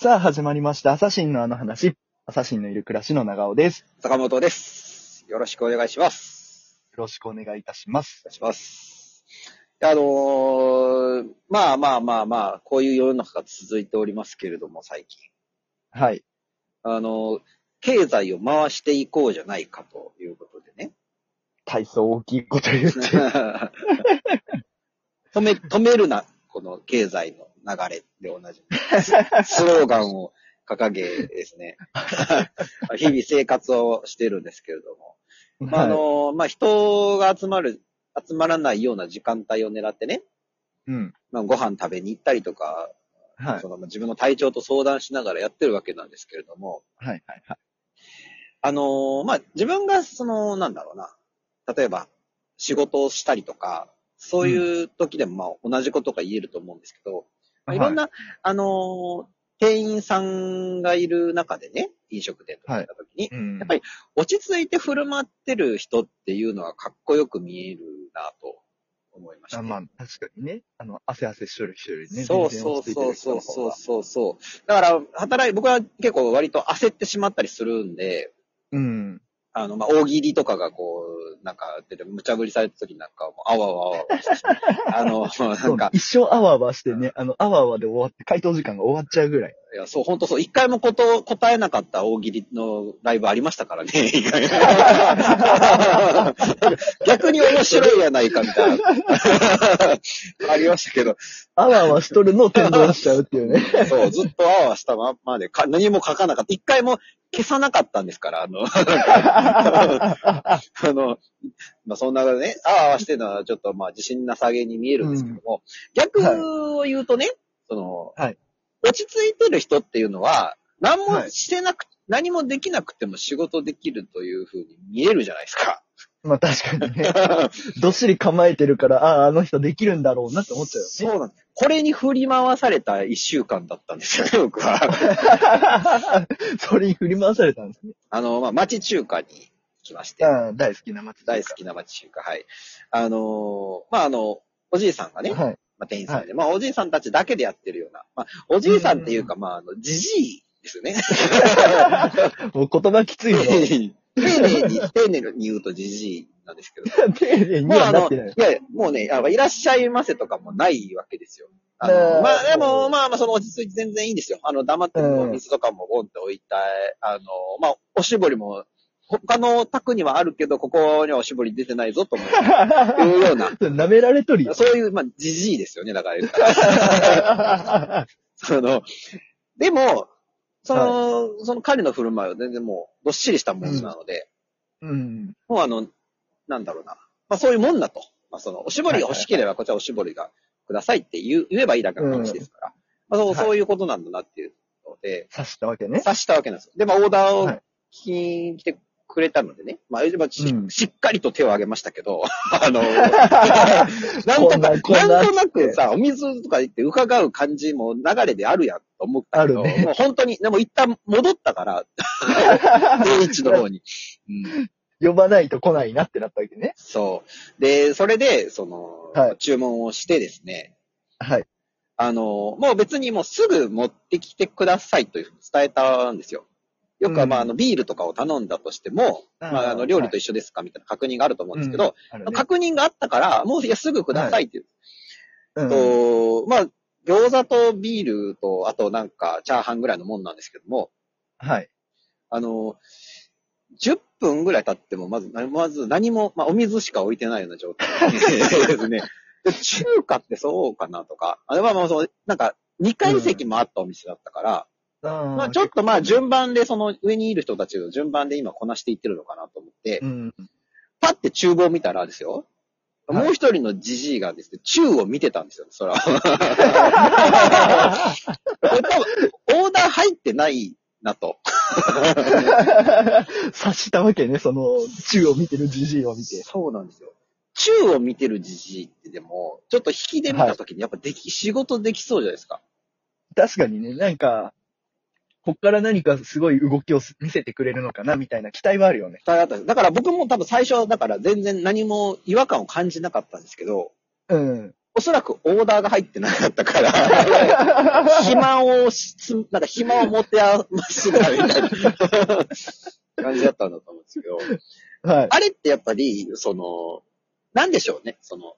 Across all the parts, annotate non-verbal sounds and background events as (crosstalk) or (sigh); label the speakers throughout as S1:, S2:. S1: さあ、始まりました。アサシンのあの話。アサシンのいる暮らしの長尾です。よ
S2: 坂本です。よろしくお願いします。
S1: ろしくお願いいたします
S2: お。願いします。いやあのーまあまあまあまあ、こういう世の中が続いておりますけれども、最近。
S1: はい。
S2: あのー経済を回していこうじゃないかということでね。 (laughs)
S1: 体操大きいこと言って。
S2: 止め、止めるな、この経済の流れで同じみ。ススローガンを掲げですね。日々生活をしてるんですけれども。まあ、あの
S1: はい、
S2: まあ、人が集まる、集まらないような時間帯を狙ってね、
S1: うん。
S2: まあ、ご飯食べに行ったりとか、
S1: はい。
S2: そのまあ自分の体調と相談しながらやってるわけなんですけれども、
S1: はい。はい。はい。
S2: あのーまあ、自分がその、なんだろうな、例えば仕事をしたりとか、そういう時でもまあ同じことが言えると思うんですけど、まあいろんな、あのー店員さんがいる中でね、飲食店とか行った時に、
S1: うん。
S2: やっぱり落ち着いて振る舞ってる人っていうのはかっこよく見えるなと思いました、
S1: あまあ、確かにね。あの、汗汗しとる人よりね。
S2: そ
S1: 全
S2: う
S1: 然
S2: そ
S1: 落
S2: う
S1: ち着いて
S2: そ
S1: る
S2: う
S1: 人
S2: そ
S1: の
S2: う
S1: 方
S2: そう
S1: が
S2: そうそう。だから、働い、僕は結構割と焦ってしまったりするんで、
S1: うん。
S2: あの、まあ、大喜利とかがこう、なんか、で無茶ぶりされた時なんか、もう、あわあわあわあわしてしまうあの、な
S1: そうんね
S2: か、
S1: 一生あわあわしてね、あの、あわあわで終わって、回答時間が終わっちゃうぐらい。
S2: いや、そう、本当そう、一回もこと、答えなかった大喜利のライブありましたからね、 (laughs) 意外に逆に面白いやないか、みたいな。 (laughs) ありましたけど、
S1: あわあわしとるのを転倒しちゃうっていうね。 (laughs)
S2: そう、ずっとあわあわしたまんまでか、何も書かなかった。一回も消さなかったんですから、あの、 (laughs) あの、まあ、そんなね、あわあわしてるのはちょっと、まあ、自信なさげに見えるんですけども、逆を言うとね、その、
S1: はい
S2: 落ち着いてる人っていうのは、何
S1: は
S2: も
S1: い
S2: してなく、何もできなくても仕事できるというふうに見えるじゃないです
S1: (laughs)
S2: か。
S1: まあ確かにね。どっしり構えてるから、ああ、あの人できるんだろうなって思っちゃうよね。
S2: そうなんです。これに振り回された一週間だったんです
S1: (laughs)
S2: よね、僕は。
S1: それに振り回されたんですね。
S2: あの、まあ、町中華に来まして、
S1: ああ、大好きな松
S2: 大好きな町中華、はい。あのーまあ、あの、おじいさんがね、
S1: はい。
S2: まあ、店員さんで、まあ、おじいさんたちだけでやってるような、まあ、おじいさんっていうか、まあ、あの、じじいですよね。
S1: もう言葉きついの。
S2: (laughs) 丁寧に、丁寧に言うとじじいなんですけど。
S1: 丁寧に
S2: もう
S1: は
S2: あ
S1: なっ
S2: の、
S1: てない
S2: い。やいや、もうね、あのいらっしゃいませとかもないわけですよ。あの
S1: ねえ
S2: まあでも、まあまあ、その落ち着いて全然いいんですよ。あの、黙ってるお水とかもボンって置いた、あの、まあ、おしぼりも、他の宅にはあるけど、ここにはおしぼり出てないぞと
S1: (laughs)
S2: 思ういうような、
S1: 舐められとるよ。
S2: そういう、まあ、じじいですよね、だから言ったら。その、でも、その、その彼の振る舞いは全然もう、どっしりしたもんなので、
S1: うん。
S2: もうあの、なんだろうな。まあそういうもんだと。まあその、おしぼりが欲しければ、こちらおしぼりがくださいって言う言えばいいだけの話ですから。まあそ
S1: は
S2: う、
S1: い
S2: そういうことなんだなっていうので、
S1: 刺したわけね。
S2: 察したわけなんですよ。で、まあオーダーを
S1: はい
S2: 聞きに来てくれたのでね。まあ、まあし
S1: うん
S2: しっかりと手を挙げました
S1: (laughs)
S2: けど、あの、なん
S1: ことん
S2: な
S1: な、
S2: く、
S1: こんな
S2: なんとなくさ、お水とか言って伺う感じも流れであるやんと思ったけど、
S1: あるね
S2: もう本当に、でも一旦戻っ
S1: (laughs)
S2: たから、定位置の方に。うん
S1: 呼ばないと来ないなってなったわけね。
S2: そう。で、それで、その、
S1: はい
S2: 注文をしてですね、
S1: はい。
S2: あの、もう別にもうすぐ持ってきてくださいというふうに伝えたんですよ。よくは、
S1: うん
S2: まあ、あの、ビールとかを頼んだとしても、
S1: うん
S2: まあ、あの、料理と一緒ですかみたいな確認があると思うんですけど、
S1: ある
S2: まあ
S1: ね
S2: 確認があったから、もう、いや、すぐくださいっていう
S1: うん
S2: と、まあ、餃子とビールと、あとなんか、チャーハンぐらいのもんなんですけども、
S1: はい。
S2: あの、10分ぐらい経っても、まず、なまず何も、まあ、お水しか置いてないような状
S1: (laughs)
S2: 態ですね。で、中華ってそうかなとか、あれはまあ、そう、なんか、2階席もあったお店だったから、ま
S1: ま
S2: あ、ちょっとまあ、順番で、その上にいる人たちの順番で今こなしていってるのかなと思って、
S1: うん。
S2: パッて厨房見たらですよ、
S1: はい
S2: もう一人のジジイがですね、宙を見てたんですよ、
S1: (laughs)
S2: そら。これ多分、オーダー入ってないなと。
S1: 刺したわけね、その、宙を見てるじじいを見て。
S2: そうなんですよ。宙を見てるジジイってでも、ちょっと引きで見たときにやっぱでき、仕事できそうじゃないですか。
S1: 確かにね、なんか、こっから何かすごい動きをす見せてくれるのかな、みたいな期待はあるよね。
S2: だからだから僕も多分最初はだから全然何も違和感を感じなかったんですけど、 (laughs)
S1: うん。 (laughs)
S2: おそらくオーダーが入ってなかったから、暇をしつ、なんか暇を持て余すな、
S1: (laughs)
S2: みたいな感じだったんだと思うんですけど、
S1: はい。
S2: あれってやっぱり、その、なんでしょうね、その、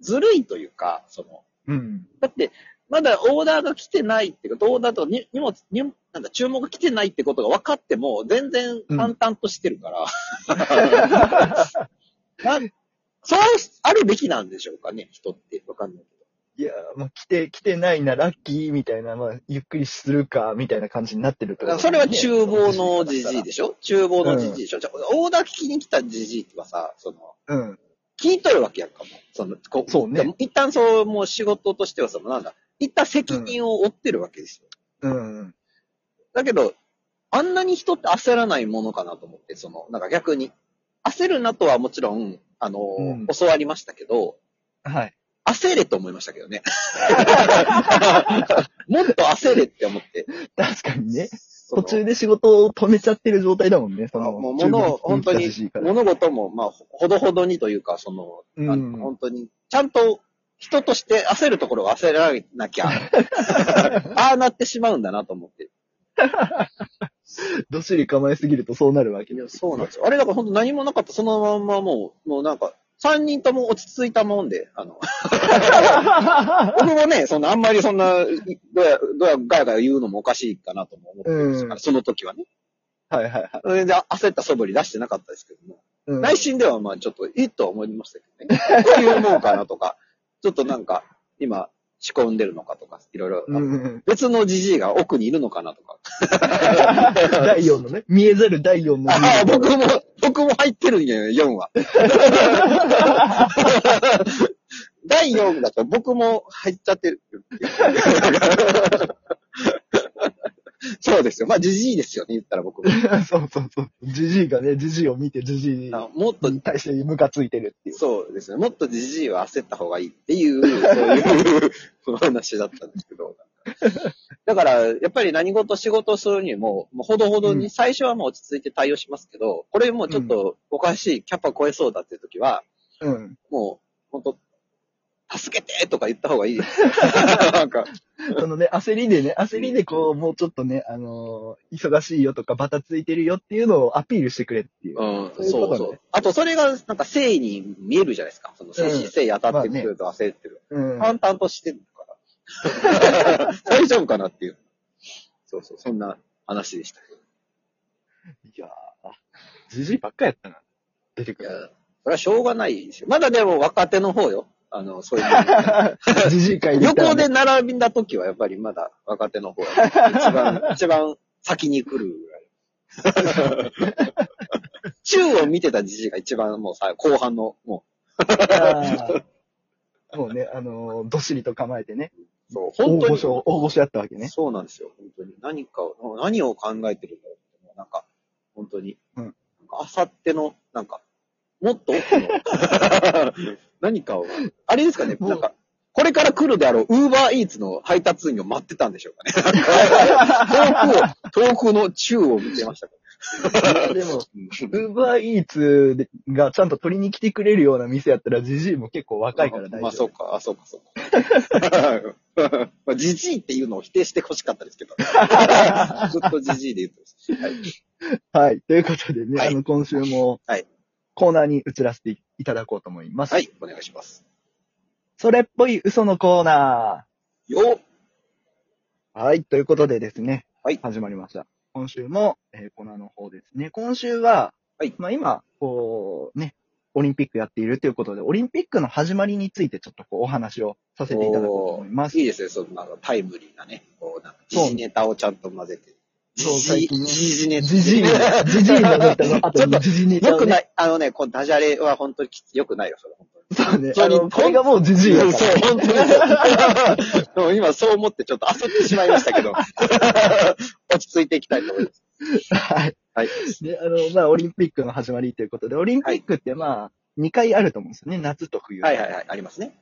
S2: ずるいというか、その、
S1: うん。
S2: だって、まだオーダーが来てないってこと、オーダーとに荷物、になんだ、注文が来てないってことが分かっても、全然淡々としてるから。 (laughs) なんそう、あるべきなんでしょうかね、人って。分かんないけ
S1: い
S2: ど。
S1: やー、もう来て、来てないな、ラッキーみたいな、まあ、ゆっくりするか、みたいな感じになってるって
S2: だ
S1: こ
S2: か
S1: と
S2: ら
S1: です
S2: そ
S1: ね、
S2: れは厨房のじじいでしょ厨房のじじいでしょ、じゃあオーダー聞きに来たじじいはさ、その、
S1: うん。
S2: 聞いとるわけやんかも。その、こ
S1: そうね。
S2: 一旦そう、もう仕事としてはその、なんだ、一旦責任を負ってるわけですよ。
S1: うん。
S2: だけど、あんなに人って焦らないものかなと思って、その、なんか逆に。焦るなとはもちろん、あの、
S1: うん
S2: 教わりましたけど、
S1: はい。
S2: 焦れと思いましたけど
S1: (laughs)
S2: ね。 (laughs) もっと焦れって思って。
S1: 確かにね。
S2: その
S1: 途中で仕事を止めちゃってる状態だもんね、その。
S2: もう物を、本当に
S1: 中国人来た時、から
S2: 物事も、まあ、ほほどほどにというか、その、あ
S1: うん
S2: の本当に、ちゃんと人として焦るところは焦らな (laughs) きゃ、ああなってしまうんだなと思って。
S1: どっしり構えすぎるとそうなるわけ
S2: い
S1: で
S2: や、そうなんですよ。あれだから本当何もなかった、そのまんまもう、もうなんか、三人とも落ち着いたもんで、あ (laughs) の、 (laughs) 僕もね、そんな、あんまりそんな、いどうや、どうや、ガヤガヤ言うのもおかしいかなとも思ってるんですから、
S1: うん
S2: その時はね。
S1: はいはいはい。
S2: 全然焦った素振り出してなかったですけども、
S1: うん
S2: 内心ではまあちょっと、えっとは思いましたけど
S1: (laughs)
S2: ね。こういうもんかなとか、ちょっとなんか、今、仕込んでるのかとか、いろいろ、
S1: うんうん。
S2: 別のじじいが奥にいるのかなとか。
S1: (laughs) 第4のね、見えざる第4の。
S2: ああ、僕も、僕も入ってるんや、4は。
S1: (laughs)
S2: 第4だと僕も入っちゃってる。
S1: (laughs)
S2: そうですよ。まあ、じじいですよね、言ったら僕も。
S1: そうそうそう。じじいがね、じじいを見て、じじい
S2: あもっと、
S1: に対してムカついてるっていう。
S2: そうですね。もっとじじいは焦った方がいいっていう、そういうお話だったんです
S1: (laughs)
S2: けど。だから、やっぱり何事仕事をするにも、もうほどほど
S1: う
S2: に、最初はもう落ち着いて対応しますけど、これもうちょっとおかしい、キャパ超えそうだっていう時は、
S1: うん。
S2: もう、本当助けてとか言った方がい
S1: (laughs)
S2: いです。なんか、
S1: そのね、焦りでね、焦りでこう、もうちょっとね、あのー忙しいよとか、バタついてるよっていうのをアピールしてくれっていう。
S2: うん、
S1: そういうことね
S2: そうそう。あと、それが、なんか、誠意に見えるじゃないですか。その、
S1: う
S2: 誠
S1: ん
S2: 意、誠意当たってくると焦ってる。
S1: うん。
S2: 淡々としてるから。 (laughs) 大丈夫かなっていう。そうそう、そんな話でしたけど。
S1: いやーじじいばっかやったな。出てく
S2: いや
S1: る。、
S2: それはしょうがないですよ。まだでも若手の方よ。あの、 (laughs) そういうの。
S1: じじい会行ったら
S2: 横
S1: ね
S2: で並んだ時は、やっぱりまだ若手の方が一番、 (laughs) 一番先に来るぐらい。 (laughs) 宙を見てたじじいが一番もうさ、後半の、も
S1: あーもうね、あのーどっしりと構えてね。
S2: う、そう、
S1: 大
S2: 本当
S1: 御
S2: に。
S1: 所、大御所やったわけ
S2: (laughs)
S1: ね。
S2: そうなんですよ、本当に。何かを、何を考えてるんだろうって、なんか、本当に、
S1: うん
S2: なんかあさっての、なんか、もっと奥の、
S1: (laughs)
S2: 何かを、あれですかね、
S1: もう
S2: なんか、これから来るであろう、ウーバーイーツの配達員を待ってたんでしょう
S1: (laughs)
S2: かね。なんか遠くを、遠くの宙を見てましたか
S1: でも、
S2: ら、
S1: ウーバーイーツがちゃんと取りに来てくれるような店やったら、じじいも結構若いから大丈夫。
S2: まあ、そうか、あ、そうか、そうか。 (laughs) まあ、じじいっていうのを否定して欲しかったです
S1: (laughs)
S2: けど。ずっとじじいで言ってます。はい
S1: はい。ということでね、
S2: はい
S1: あの、今週も、
S2: はい
S1: コーナーに移らせていただこうと思います。
S2: はい、お願いします。
S1: それっぽい嘘のコーナ
S2: よっ
S1: ー。はい。ということでですね。
S2: はい
S1: 始まりました。今週も、えーコーナーの方ですね。今週は、
S2: はい
S1: まあ今、こう、ね、オリンピックやっているということで、オリンピックの始まりについてちょっとこうお話をさせていただこうと思います。
S2: いいですね、そのなんかタイムリーなね、こうなんか時事ネタをちゃんと混ぜて。
S1: そう
S2: 時
S1: 最
S2: 事、
S1: 近ね
S2: 時事ネタ。
S1: じじい、じじいのネタ
S2: (laughs)
S1: の後にじじいネタ
S2: よ
S1: を
S2: く
S1: ね、
S2: ない、あのね、このダジャレは本当にきつ良くないよ、それ本当に。
S1: そうね、あ
S2: 本当に
S1: の、これがもうじじい
S2: う
S1: やか
S2: んそう、本当にそう。でも今そう思ってちょっと焦ってしまいました
S1: (laughs)
S2: けど、落ち着いていきたいと思います。
S1: ら。はい。
S2: はい。
S1: (laughs) で、あの、まあ、オリンピックの始まりということで、オリンピックってまあ、2回あると思うんですよね。夏と冬。
S2: はいはいはい、ありますね。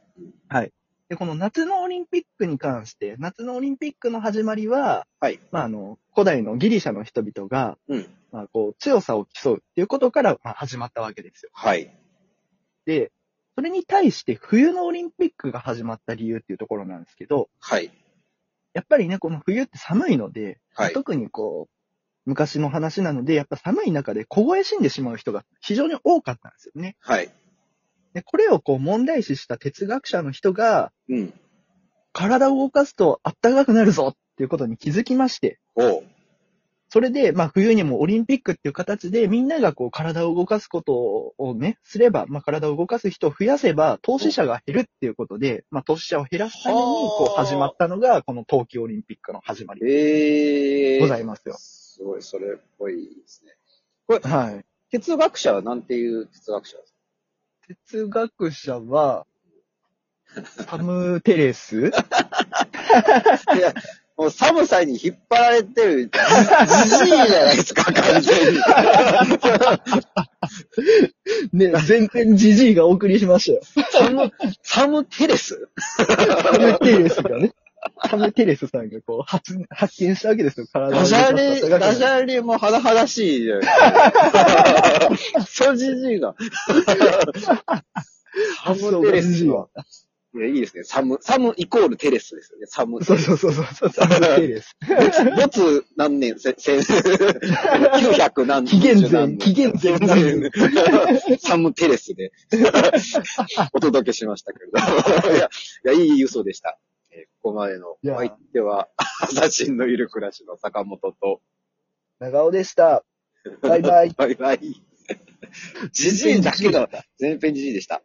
S1: で、この夏のオリンピックに関して、夏のオリンピックの始まりは、
S2: はい
S1: まあ、あの、古代のギリシャの人々が、
S2: うん。
S1: まあ、こう、強さを競うっていうことから、まあ、始まったわけですよ。
S2: はい。
S1: で、それに対して冬のオリンピックが始まった理由っていうところなんですけど、
S2: はい。
S1: やっぱりね、この冬って寒いので、
S2: はい。
S1: 特にこう、昔の話なので、やっぱ寒い中で凍え死んでしまう人が非常に多かったんですよね。
S2: はい。
S1: で、これをこう問題視した哲学者の人が、
S2: うん。
S1: 体を動かすと暖かくなるぞっていうことに気づきまして、
S2: おう。
S1: それで、まあ冬にもオリンピックっていう形でみんながこう体を動かすことをね、すれば、まあ体を動かす人を増やせば投資者が減るっていうことで、まあ投資者を減らすためにこう
S2: はあ
S1: 始まったのがこの冬季オリンピックの始まりで
S2: ええ
S1: ございますよ。
S2: すごい、それっぽいですね。
S1: はい。
S2: 哲学者はなんていう哲学者ですか
S1: 哲学者は、サム・テレス
S2: いや、もう寒さに引っ張られてる、じじいじゃないですか、完全に。
S1: ね、全然ジジイがお送りしましたよ。
S2: サム、サムテレス
S1: サム・テレスがね。サム・テレスさんがこう発発見したわけですよ、体を動
S2: ダ
S1: かす
S2: ジャレ、
S1: 暖かくな
S2: ダ
S1: る
S2: ジャレも甚だしいじゃないですか。そうじじいが。サ
S1: 発想
S2: ムテ
S1: が
S2: レ
S1: ジ
S2: ス
S1: ジイは
S2: は。いやいいですね。サム、サムイコールテレスですよ
S1: (laughs)
S2: ね。サム。
S1: そうそうそうそう、サム・テレス。
S2: ボツ何年、せ、せ、900何
S1: 紀
S2: 年。
S1: 元前
S2: 10何年
S1: 紀元前何
S2: サムテレスでお届けしましたけれど。いや、いやいい嘘でした。えーここまでの
S1: いや
S2: お相手は、アサシンのいる暮らしの坂本と、
S1: 長尾でした。バイバイ。
S2: バイバイ。じじいだけが、全編じじいでした。